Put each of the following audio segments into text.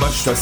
baixa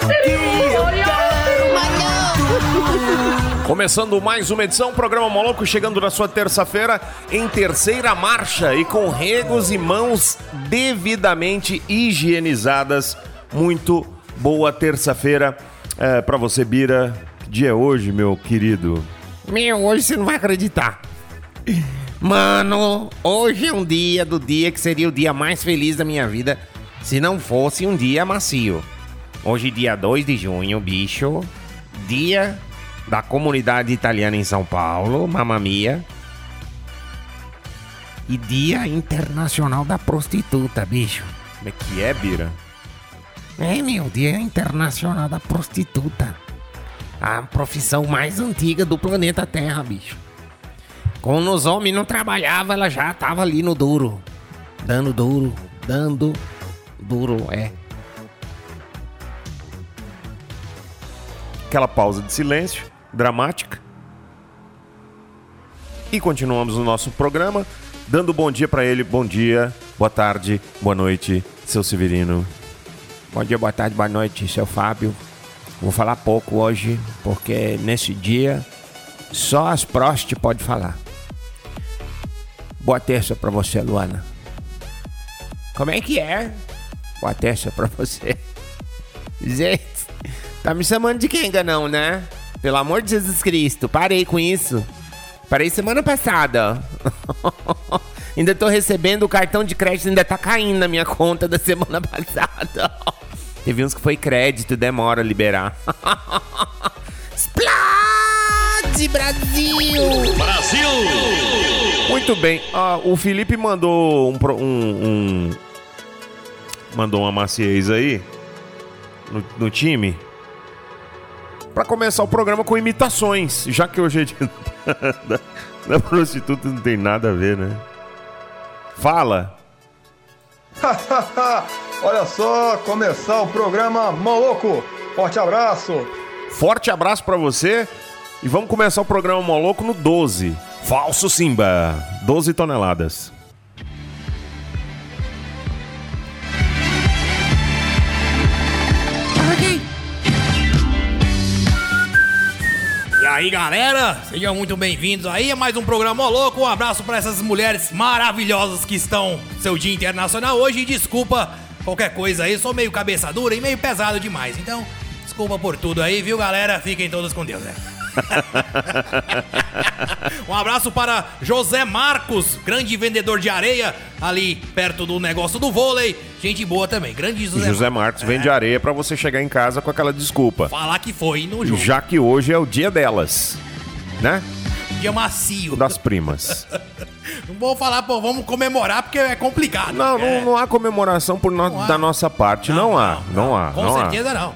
que eu quero Começando mais uma edição, programa Moloco chegando na sua terça-feira em terceira marcha e com regos e mãos devidamente higienizadas. Muito boa terça-feira é, para você, Bira. Que dia é hoje, meu querido? Meu, hoje você não vai acreditar. Mano, hoje é um dia do dia que seria o dia mais feliz da minha vida se não fosse um dia macio. Hoje, dia 2 de junho, bicho, dia da comunidade italiana em São Paulo, mamamia. E dia internacional da prostituta, bicho. Como é que é, Bira? É, meu, Dia Internacional da Prostituta. A profissão mais antiga do planeta Terra, bicho. Quando os homens não trabalhavam, ela já tava ali no duro. Dando duro, dando duro, é. Aquela pausa de silêncio, dramática. E continuamos o nosso programa, dando bom dia para ele. Bom dia, boa tarde, boa noite, seu Severino. Bom dia, boa tarde, boa noite, seu Fábio. Vou falar pouco hoje, porque nesse dia só as prost pode falar. Boa terça pra você, Luana. Como é que é? Boa terça pra você. Gente, tá me chamando de Kenga não, né? Pelo amor de Jesus Cristo, parei com isso. Parei semana passada. ainda tô recebendo o cartão de crédito, ainda tá caindo na minha conta da semana passada. Teve uns que foi crédito, demora a liberar. Explode, Brasil! Muito bem. Ah, o Felipe mandou um, pro- um- um- Mandou uma maciez aí. No, no time. Pra começar o programa com imitações. Já que hoje é dia da, da prostituta, não tem nada a ver, né? Fala. Olha só, começar o programa Maluco. Forte abraço. Forte abraço pra você. E vamos começar o programa Moloco no 12. Falso Simba. 12 toneladas. E aí galera, sejam muito bem-vindos aí a mais um programa Ô louco. Um abraço para essas mulheres maravilhosas que estão no seu dia internacional hoje. E desculpa qualquer coisa aí, sou meio cabeça dura e meio pesado demais. Então, desculpa por tudo aí, viu galera? Fiquem todos com Deus, né? Um abraço para José Marcos, grande vendedor de areia, ali perto do negócio do vôlei. Gente boa também, grande José, José Marcos Marcos. vende areia pra você chegar em casa com aquela desculpa. Falar que foi no jogo. Já que hoje é o dia delas. Né? Dia macio. das primas. Não vou falar, pô, vamos comemorar porque é complicado. Não, É. não, não há comemoração por no- Não há. da nossa parte. Não, há, não, há, Com não certeza não. há.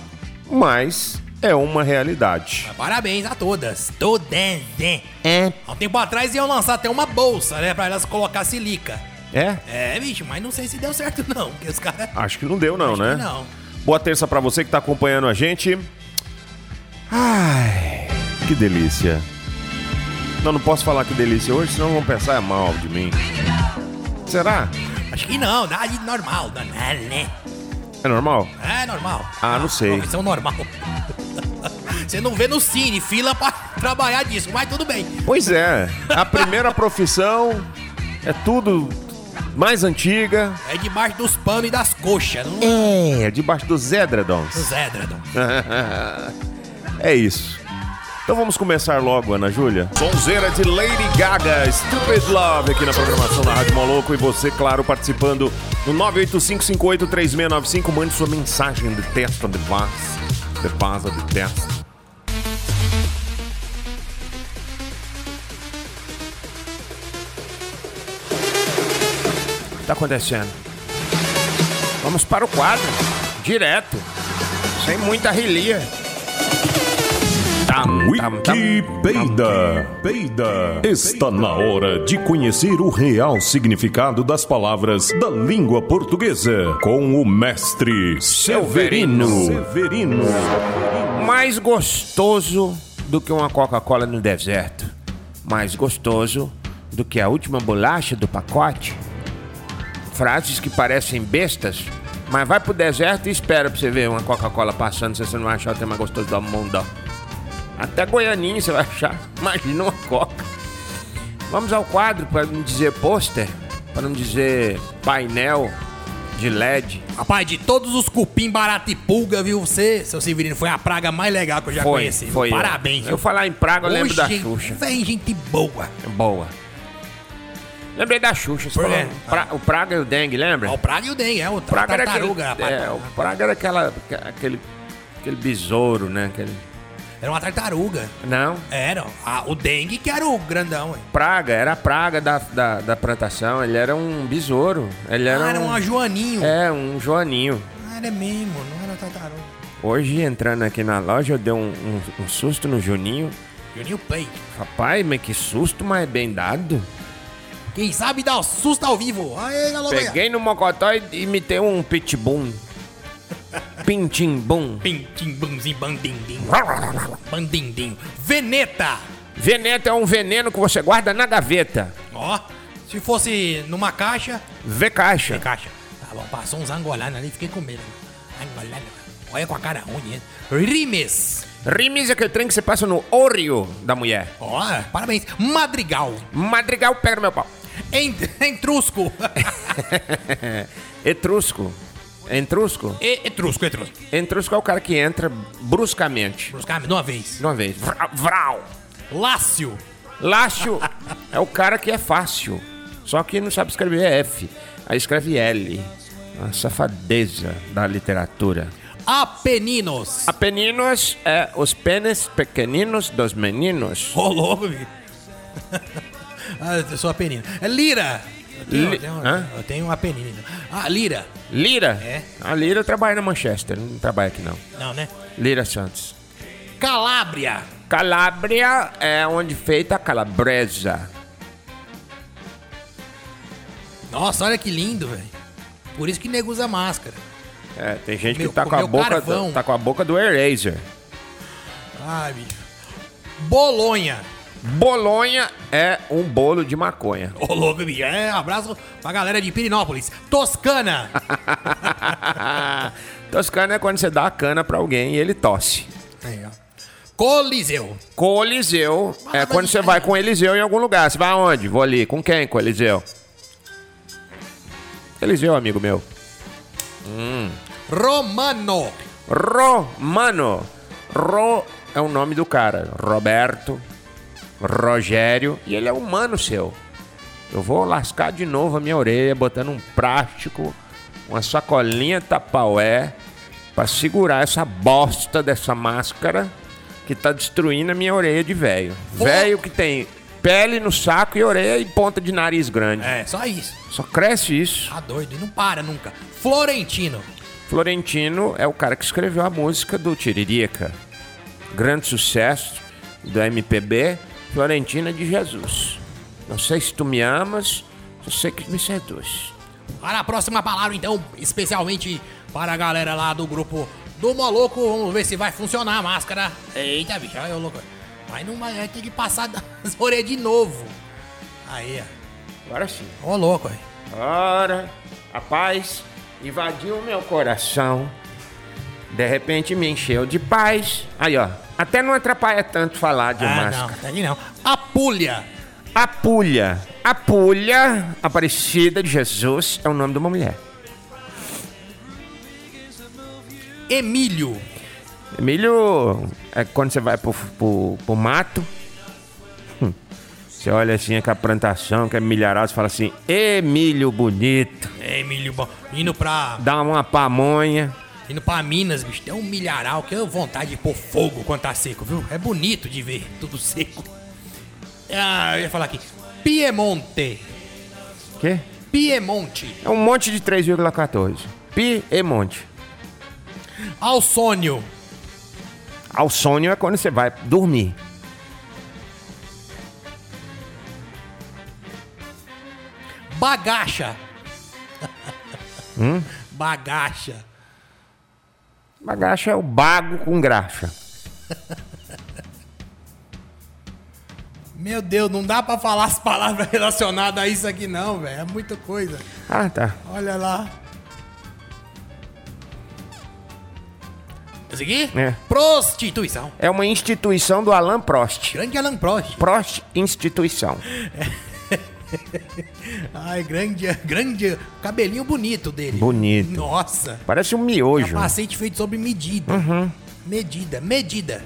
Mas é uma realidade. Parabéns a todas. Todas, né? É, Há um tempo atrás iam lançar até uma bolsa, né? Pra elas colocar silica. É? É, bicho, mas não sei se deu certo não. Porque os caras... Acho que não deu, não, Acho né? que não. Boa terça pra você que tá acompanhando a gente. Ai, que delícia. Não, não posso falar que delícia hoje, senão vão pensar é mal de mim. Será? Acho que não, dá de normal. dá- É, né? É normal? É normal. Ah, não sei. Isso é o normal. Você não vê no cine, fila pra trabalhar disso, mas tudo bem. Pois é. A primeira profissão é tudo mais antiga. É debaixo dos panos e das coxas, não É, debaixo dos edredons. Zé, Dredon. É isso. Então vamos começar logo, Ana Júlia. Sonzeira de Lady Gaga, Stupid Love, aqui na programação da Rádio Moloco. E você, claro, participando no 985583695. Mande sua mensagem de texto, de voz, de voz, de texto. Tá acontecendo. Vamos para o quadro, direto. Sem muita relia. Wikipeida. Peida. Está na hora de conhecer o real significado das palavras da língua portuguesa com o mestre Severino. Severino. Mais gostoso do que uma Coca-Cola no deserto. Mais gostoso do que a última bolacha do pacote. Frases que parecem bestas, mas vai pro deserto e espera pra você ver uma Coca-Cola passando, se você não achar o tema gostoso do mundo. Até Goianinho você vai achar. Imagina uma Coca. Vamos ao quadro para não dizer pôster, para não dizer painel de LED. Rapaz, de todos os cupim barata e pulga, viu você, seu Severino, foi a praga mais legal que eu já Foi, conheci. foi. Parabéns, Eu, eu falar em praga, eu lembro da Xuxa. Vem gente boa. É Boa. Lembrei da Xuxa. você Por quê? falou. Pra- o Praga e o Dengue, lembra? Ó, o praga e o dengue, é o o Praga tra- tartaruga, era rapaz. aquele, é, o Praga era aquela, aquele, aquele besouro, né? Aquele, Era uma tartaruga. não, Era. Ah, o dengue que era o grandão, ué. Praga era a praga da, da, da plantação. Ele era um besouro. Ele era, Ah, era um, um Joaninho. É, um joaninho. Ah, Era mesmo, não era tartaruga. Hoje, entrando aqui na loja, eu dei um, um- um susto no Juninho. Joaninho Play. Rapaz, mas que susto, mas é bem dado. Quem sabe dá o susto ao vivo. Aê, galera. Peguei no mocotó e imitei um pitbull. Pintimbum. Bim, tim, bum, zim, bam, dim, dim. Bam, dim, dim. Veneta. Veneto é um veneno que você guarda na gaveta. Ó, se fosse numa caixa... Vê caixa. Tem caixa. Tá bom, passou uns angolanos ali, fiquei com medo. né? Angolano. Olha com a cara ruim, hein? Rimes. Rimes é aquele trem que você passa no óreo da mulher. Ó, parabéns. Madrigal. Madrigal pega no meu pau. Ent- Entrusco. É, Etrusco. Entrusco? E- Etrusco, etrusco. Entrusco é o cara que entra bruscamente. Bruscar-me de uma vez. De uma vez. Vral. vral. Lácio. Lácio é o cara que é fácil. Só que não sabe escrever F. Aí escreve L. A safadeza da literatura. Apeninos. Apeninos é os pênis pequeninos dos meninos. Ô, louco, bicho. ah, eu sou apenino. É Lira. Eu tenho, Li- eu tenho, Hã? eu tenho um apenino. então. Ah, Lira. Lira? É. A Lira trabalha na Manchester, não trabalha aqui não. Não, né? Lira Santos. Calábria. Calabria é onde feita a calabresa. Nossa, olha que lindo, velho. Por isso que nego usa máscara. É, tem gente Meu, que tá com, a comeu boca carvão. do, tá com a boca do Eraser. Ai, bicho. Bolonha. Bolonha é um bolo de maconha. Ô, louco, bicho. É, abraço pra galera de Pirinópolis. Toscana. Toscana é quando você dá a cana pra alguém e ele tosse. Aí, ó. Coliseu. Coliseu é Ah, quando mas- você vai com Eliseu em algum lugar. Você vai aonde? Vou ali. Com quem? Com Eliseu. Eliseu, amigo meu. Romano. Romano. Ro é o nome do cara. Roberto. Rogério. E ele é humano seu. Eu vou lascar de novo a minha orelha, botando um plástico, uma sacolinha tapaué, pra segurar essa bosta dessa máscara que tá destruindo a minha orelha de velho. Velho que tem pele no saco e orelha e ponta de nariz grande. É, só isso. Só cresce isso. Tá doido. E não para nunca. Florentino. Florentino é o cara que escreveu a música do Tiririca. Grande sucesso do MPB, Florentina de Jesus. Não sei se tu me amas, eu sei que me seduz. Para a próxima palavra, então, especialmente para a galera lá do grupo do Moloco. Vamos ver se vai funcionar a máscara. Eita, bicho, olha eu louco. Mas não vai, vai ter que passar das orelhas de novo. Aí, Agora sim. ó. Ô, louco, aí. Ora, a paz invadiu meu coração. De repente me encheu de paz. Aí, ó. Até não atrapalha tanto falar de Ah, máscara. não, tá aqui não. Apulha. A Pulha. A Pulha Aparecida de Jesus é o nome de uma mulher. Emílio. Milho é quando você vai pro, pro, pro mato. hum, Você olha assim com a plantação, que é milharado, você fala assim, ê milho bonito, É, Emílio, bom. Indo pra, dá uma pamonha. indo pra Minas, bicho. Tem um milharal que eu vontade de pôr fogo quando tá seco, viu? É bonito de ver tudo seco. Ah, eu ia falar aqui. Piemonte. Quê? Piemonte. É um monte de 3,14. Pi e monte. Ao sônio. Ao sonho é quando você vai dormir. Bagacha. Bagacha. Bagacha é o bago com graxa. Meu Deus, não dá pra falar as palavras relacionadas a isso aqui não, velho. É muita coisa. Ah, tá. Olha lá. Esse aqui? É. Prostituição. É uma instituição do Alain Prost. Grande Alan Prost. Prost Instituição. Ai, grande, grande. Cabelinho bonito dele. Bonito. Nossa. Parece um miojo. Capacete feito sob medida. Uhum. Medida, medida,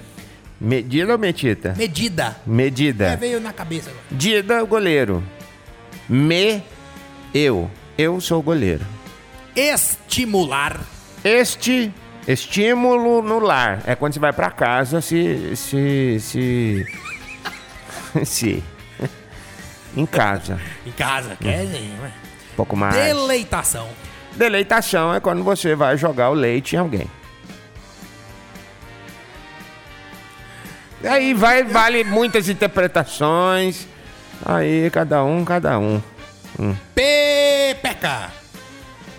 Medida ou metita? medida. É, Medida. veio na cabeça agora. Dida, goleiro. Me, eu. Eu sou goleiro. Estimular. Este estímulo no lar. É quando você vai pra casa se. se. se. se. em casa. Em casa, quer dizer, né? Um pouco mais. Deleitação. Deleitação é quando você vai jogar o leite em alguém. Aí vai, vale muitas interpretações. Aí, cada um, cada um. Pepeca.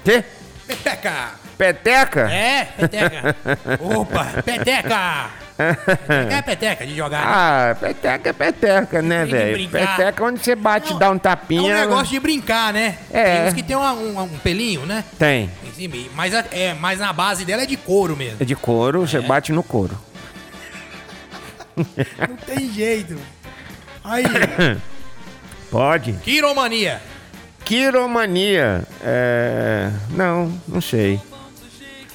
Quê? Peteca. Peteca? É, peteca. Opa, peteca. Peteca é peteca de jogar. Ah, peteca é peteca, né, Tem que velho? brincar. Peteca é onde você bate, dá um É um tapinha. negócio de brincar, né? É. Tem uns que tem uma- um, um pelinho, né? Tem. Em cima, e- Mas, a- é, mas na base dela é de couro mesmo. É de couro, você bate no couro. Não tem jeito. Aí, Pode. quiromania. Quiromania. É. Não, não sei.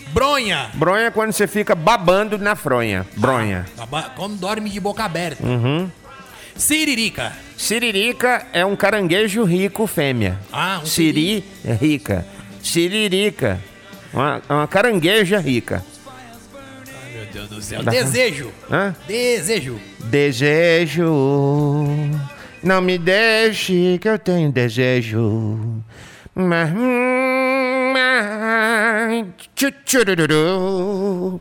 Bronha. Bronha é quando você fica babando na fronha. Bronha. Tá ba- Como dorme de boca aberta. Uhum. Siririca. Siririca é um caranguejo rico fêmea. Ah, um Siri é rica. Siririca. Uma, uma carangueja rica. Ai, meu Deus do céu. Desejo. Hã? Desejo. Desejo. Não me deixe que eu tenho desejo. Mas. mas- tchutchurururu.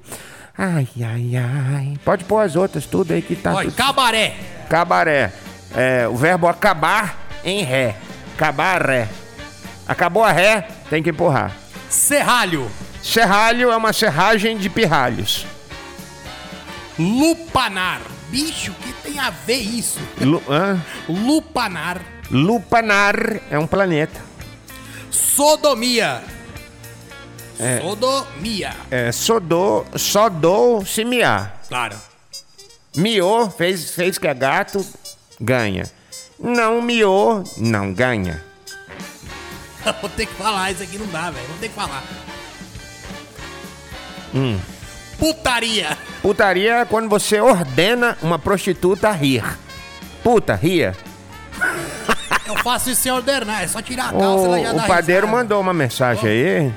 Ai, ai, ai. Pode pôr as outras tudo aí que tá. Olha, tudo- cabaré. Cabaré. É, o verbo acabar em ré. Cabaré. Acabou a ré, tem que empurrar. Serralho. Serralho é uma serragem de pirralhos. Lupanar. Bicho, que tem a ver isso? Lu- hã? Lupanar. Lupanar é um planeta. Sodomia. Sodomia. É, sodou, só dou se miar. Claro. Miou, fez, fez que é gato, ganha. Não miou, não ganha. Vou ter que falar, isso aqui não dá, velho. Vou ter que falar. Hum. Putaria. Putaria é quando você ordena uma prostituta a rir. Puta, ria. Eu faço isso sem ordenar, é só tirar a O, calça ela já dá o padeiro risada. mandou uma mensagem aí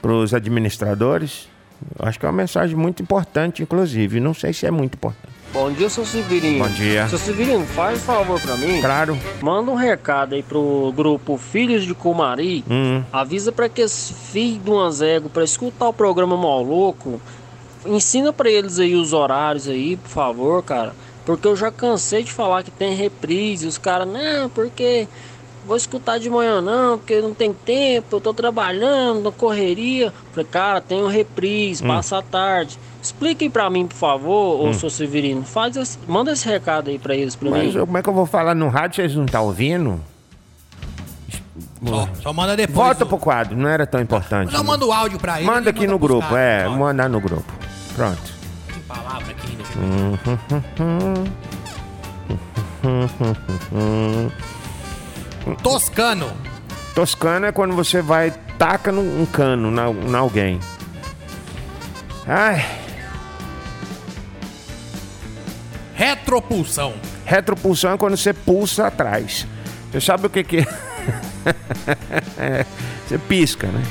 pros administradores. Eu Acho que é uma mensagem muito importante, inclusive. Não sei se é muito importante. Bom dia, seu Severino. Bom dia. Seu Severino, faz um favor pra mim. Claro. Manda um recado aí pro grupo Filhos de Comari. Hum. Avisa pra que esses filhos de umas égua pra escutar o programa Mal Louco. Ensina pra eles aí os horários aí, por favor, cara. Porque eu já cansei de falar que tem reprise. Os caras, não, porque vou escutar de manhã não, porque não tem tempo, eu tô trabalhando, na correria. Falei, cara, tem um reprise, Hum. passa a tarde. Expliquem pra mim, por favor, ô seu Severino. Faz esse- manda esse recado aí pra eles, pra mim. Mas eu- como é que eu vou falar no rádio? Vocês não estão ouvindo? Só, só manda depois. Volta o- pro quadro, não era tão importante. Não, manda o áudio pra ele. Manda ele aqui no pros grupo, caras. é, Ó, mandar no grupo. Pronto. Tem palavra aqui né? ainda. Uhum. Toscano. Toscano é quando você vai taca num um cano na, na alguém. Ai, Retropulsão. retropulsão é quando você pulsa atrás. Você sabe o que que Você pisca, né?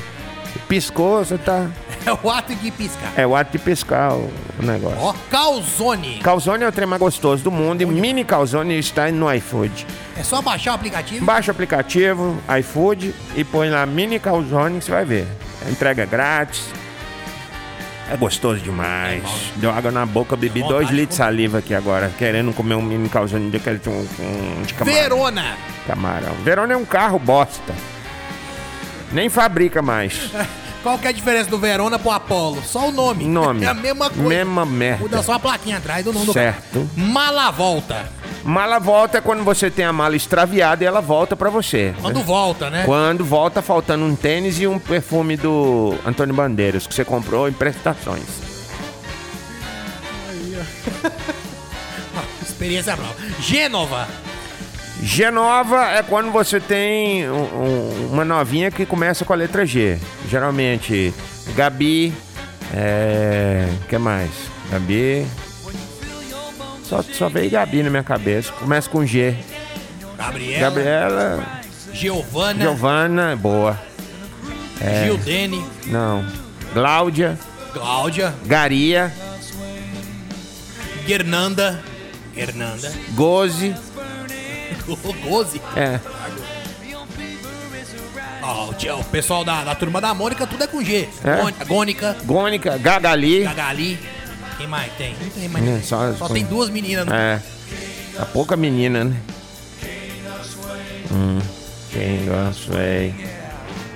Você piscou, você tá... É o ato de piscar. É o ato de piscar o o negócio. Ó, calzone. Calzone é o trem mais gostoso do mundo e mini calzone está no iFood. É só baixar o aplicativo. Baixa o aplicativo iFood e põe lá mini calzone que você vai ver. Entrega grátis. É gostoso demais. Deu água na boca, bebi Deu dois vontade, litros de saliva aqui agora. Querendo comer um mini calzone daquele de, um, um- de camarão. Verona! camarão. Verona é um carro bosta. Nem fabrica mais. Qual que é a diferença do Verona pro Apollo? Só o nome. Nome. É a mesma coisa. Mesma merda. Muda só a plaquinha atrás do nome do carro. Certo. Mala volta. Mala volta é quando você tem a mala extraviada e ela volta pra você. Quando volta, né? Quando volta faltando um tênis e um perfume do Antônio Bandeiras, que você comprou em prestações. Ah, Experiência brava. Gênova. Genova é quando você tem um- um- uma novinha que começa com a letra G. Geralmente, Gabi. É. que mais? Gabi. Só, só veio Gabi na minha cabeça. Começa com G. Gabriela. Gabriela, Giovana. Giovana, É. boa. Gildene. Não. Cláudia, Cláudia. Garia, Guernanda. Guernanda. Goze. Goze. É. Ó, o tio- o pessoal da, da turma da Mônica, tudo é com G. É? Gônica, Gônica, Gônica, Gagali. Gagali. Quem mais tem? Não tem mais É, ninguém. só- Só, tem duas meninas. no- É. Tá pouca menina, né? Hum. Quem gosto é.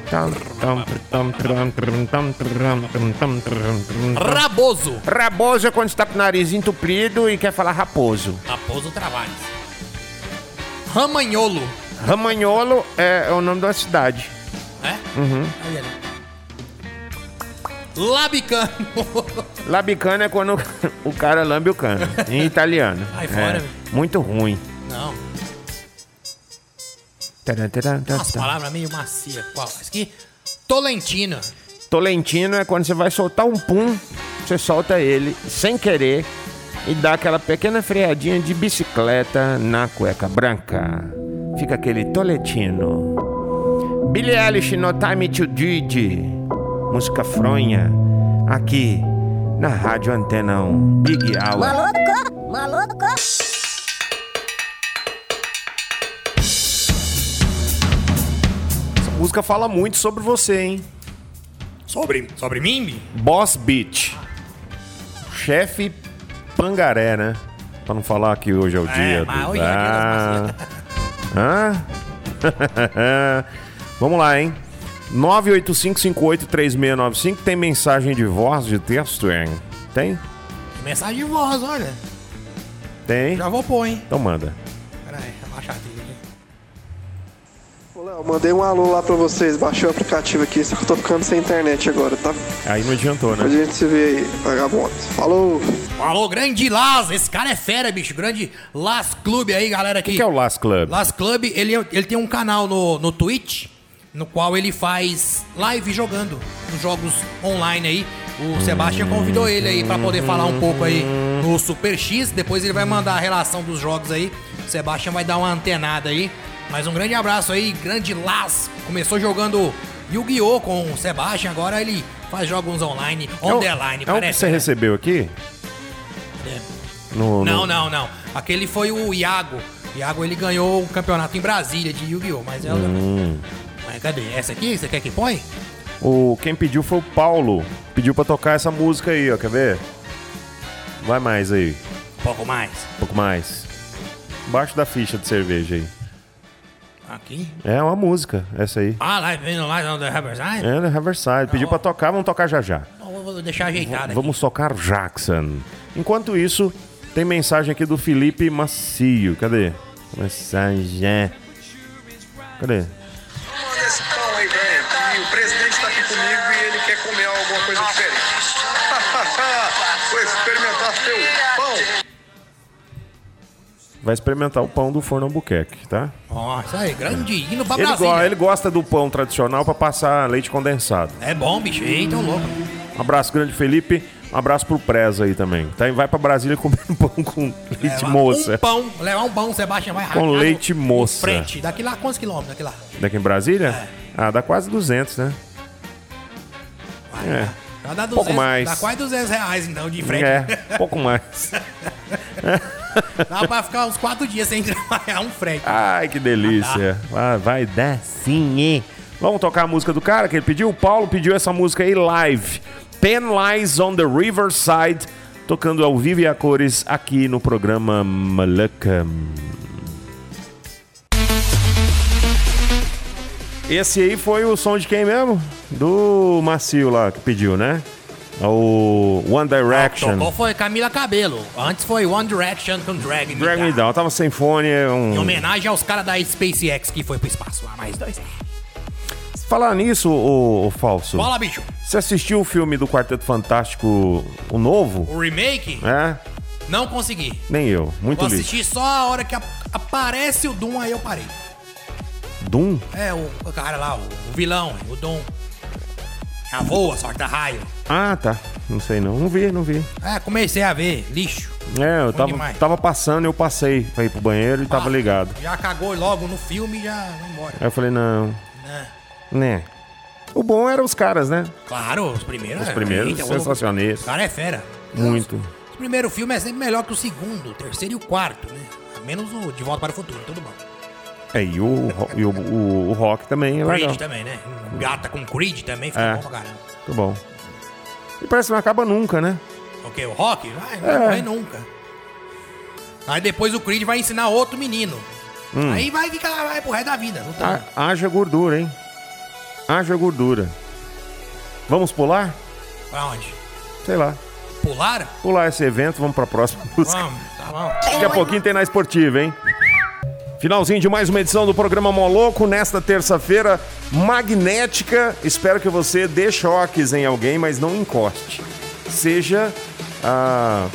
Tam, tam, tam, tam, tam, tam, tam, tam, tam, tam, tam. Raboso. Raboso é quando está com o nariz entupido e quer falar raposo. Raposo Travares. Ramanholo. Ramanholo é, é o nome da cidade. É? Uhum. Olha ali. Labicano. Labicano é quando o cara lambe o cano, em italiano. Ai, fora, É. velho. Muito ruim. Não. Taran, taran, taran, Umas taran. palavras meio macia. Qual? Essa aqui? Tolentino. Tolentino é quando você vai soltar um pum, você solta ele sem querer e dá aquela pequena freadinha de bicicleta na cueca branca. Fica aquele Tolentino. Billie Eilish no Time to Did. Música fronha. Aqui na Rádio Antena 1. Big Hour. Maluco, maluco. Essa música fala muito sobre você, hein? Sobre, sobre mim? Boss Beat. Chefe pangaré, né? Pra não falar que hoje é o dia mas do... hoje é o dia das Hã? é- Vamos lá, hein? 985583695 tem mensagem de voz, de texto, hein? Tem? Mensagem de voz, olha. Tem? Já vou pôr, hein? Então manda. Pera aí, abaixar a trilha aqui. Ô, Léo, mandei um alô lá pra vocês, baixei o aplicativo aqui, só que eu tô ficando sem internet agora, tá? Aí não adiantou, A né? gente se vê aí, vagabundo. Falou! Alô, grande Las, esse cara é fera, bicho. Grande Las Clube aí, galera. Aqui. O que é o Last Club? Las Club, ele, ele tem um canal no, no Twitch, no qual ele faz live jogando nos jogos online aí. O Sebastião convidou ele aí pra poder falar um pouco aí no Super X. Depois ele vai mandar a relação dos jogos aí. O Sebastião vai dar uma antenada aí. Mas um grande abraço aí, grande Las. Começou jogando Yu-Gi-Oh! com o Sebastião, agora ele faz jogos online, on É o- the line, É o que parece. né? É. você recebeu aqui? No, no- Não, não, não. Aquele foi o Iago. Iago ele ganhou o campeonato em Brasília de Yu-Gi-Oh! Mas ela. Hum. Mas cadê? Essa aqui? Você quer que põe? O, quem pediu foi o Paulo. Pediu pra tocar essa música aí, ó. Quer ver? Vai mais aí. Um pouco mais. Um pouco mais. Embaixo da ficha de cerveja aí. Aqui. É uma música, essa aí. Ah, lá vendo lá não, da Riverside. É no Riverside. Pediu pra tocar, vamos tocar já já. Não, vou- vou deixar ajeitado aqui. Vamos tocar Jackson. Enquanto isso, tem mensagem aqui do Felipe Macio. Cadê? Mensagem. Cadê? Manda esse pão aí, velho, que o presidente tá aqui comigo e ele quer comer alguma coisa diferente. Vou experimentar seu pão. Vai experimentar o pão do forno Albuquerque, tá? Ó, isso aí, grande hino pra Ele, Brasília. go- ele gosta do pão tradicional pra passar leite condensado. É bom, bicho. Eita, ô louco. Um abraço, grande Felipe. Um abraço pro Preza aí também. Tá, e vai pra Brasília comer um pão com leite Levar Um moça. pão, levar um pão, Sebastião vai Com rachar no- leite em moça. Frente. Daqui lá, quantos quilômetros? Daqui lá. Daqui em Brasília? É. Ah, dá quase 200, né? Vai, É. vai. Já dá 200, Pouco mais. Dá quase 200 reais, então, de frente. É, um pouco mais. Dá pra ficar uns 4 dias sem trabalhar um frete. Ai, que delícia. Ah, vai dar sim, hein? Vamos tocar a música do cara que ele pediu? O Paulo pediu essa música aí live. Pen Lies on the Riverside, tocando ao vivo e a cores aqui no programa Malaka. Esse aí foi o som de quem mesmo? Do Macio lá que pediu, né? O One Direction. Tocou Então, foi Camila Cabelo. Antes foi One Direction com Drag Me Drag Me Down. Down, tava sem fone. é Em Um... homenagem aos caras da SpaceX que foi pro espaço. Ah, mais dois. Falar nisso, o, falso. Bola, bicho. Você assistiu o filme do Quarteto Fantástico, o novo? O remake, É? não consegui. Nem eu. Muito Eu lixo. assisti só a hora que ap- aparece o Doom, aí eu parei. Doom? É, o o cara lá, o, o vilão, o Doom. A voa, sorta raio. Ah, tá. Não sei não. Não vi, não vi. É, comecei a ver, lixo. É, eu tava, demais. tava passando, eu passei pra ir pro banheiro e tava Ah. ligado. Já cagou logo no filme e já vai embora. Aí eu falei, não, né? né? O bom eram os caras, né? Claro, os primeiros. Os é, primeiros, eita, o- O sensacionais. cara é fera. Muito. O primeiro filme é sempre melhor que o segundo, o terceiro e o quarto, né? Menos o De Volta para o Futuro, tudo bom. É, e o, ro- e o, o, o rock também é legal. Creed também, né? Gata com Creed também, fica É. bom pra caramba. Muito bom. E parece que não acaba nunca, né? Ok, o Rock? Vai, não vai nunca. Aí depois o Creed vai ensinar outro menino. Aí vai ficar vai pro resto da vida. Não tá. Ha- Ah, haja gordura, hein? Haja gordura. Vamos pular? Pra onde? Sei lá. Pular? Pular esse evento, vamos pra próxima música. Vamos, tá bom. Daqui a pouquinho tem na esportiva, hein? Finalzinho de mais uma edição do programa Moloco, nesta terça-feira, magnética. Espero que você dê choques em alguém, mas não encoste. Seja a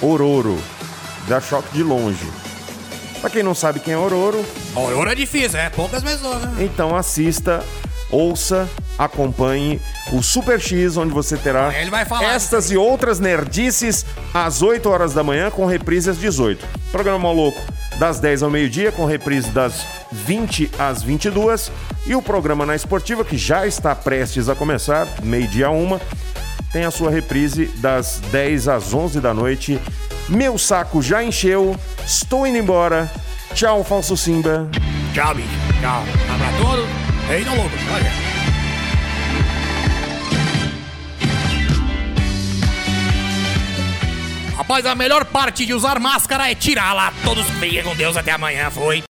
Ororo, dá choque de longe. Pra quem não sabe quem é Ororo, Aurora é difícil, é poucas pessoas, né? então assista, ouça, acompanhe o Super X, onde você terá Ele vai falar. estas e outras nerdices às 8 horas da manhã, com reprise às 18. Programa Louco das 10 ao meio-dia, com reprise das 20 às 22. E o programa na Esportiva, que já está prestes a começar, meio-dia a uma, tem a sua reprise das 10 às 11 da noite. Meu saco já encheu, estou indo embora. Tchau, Falso Simba. Tchau, bicho. Tchau. Abra todos. Ei, não louco. Olha. Rapaz, a melhor parte de usar máscara é tirá-la. Todos fiquem com Deus até amanhã. Foi.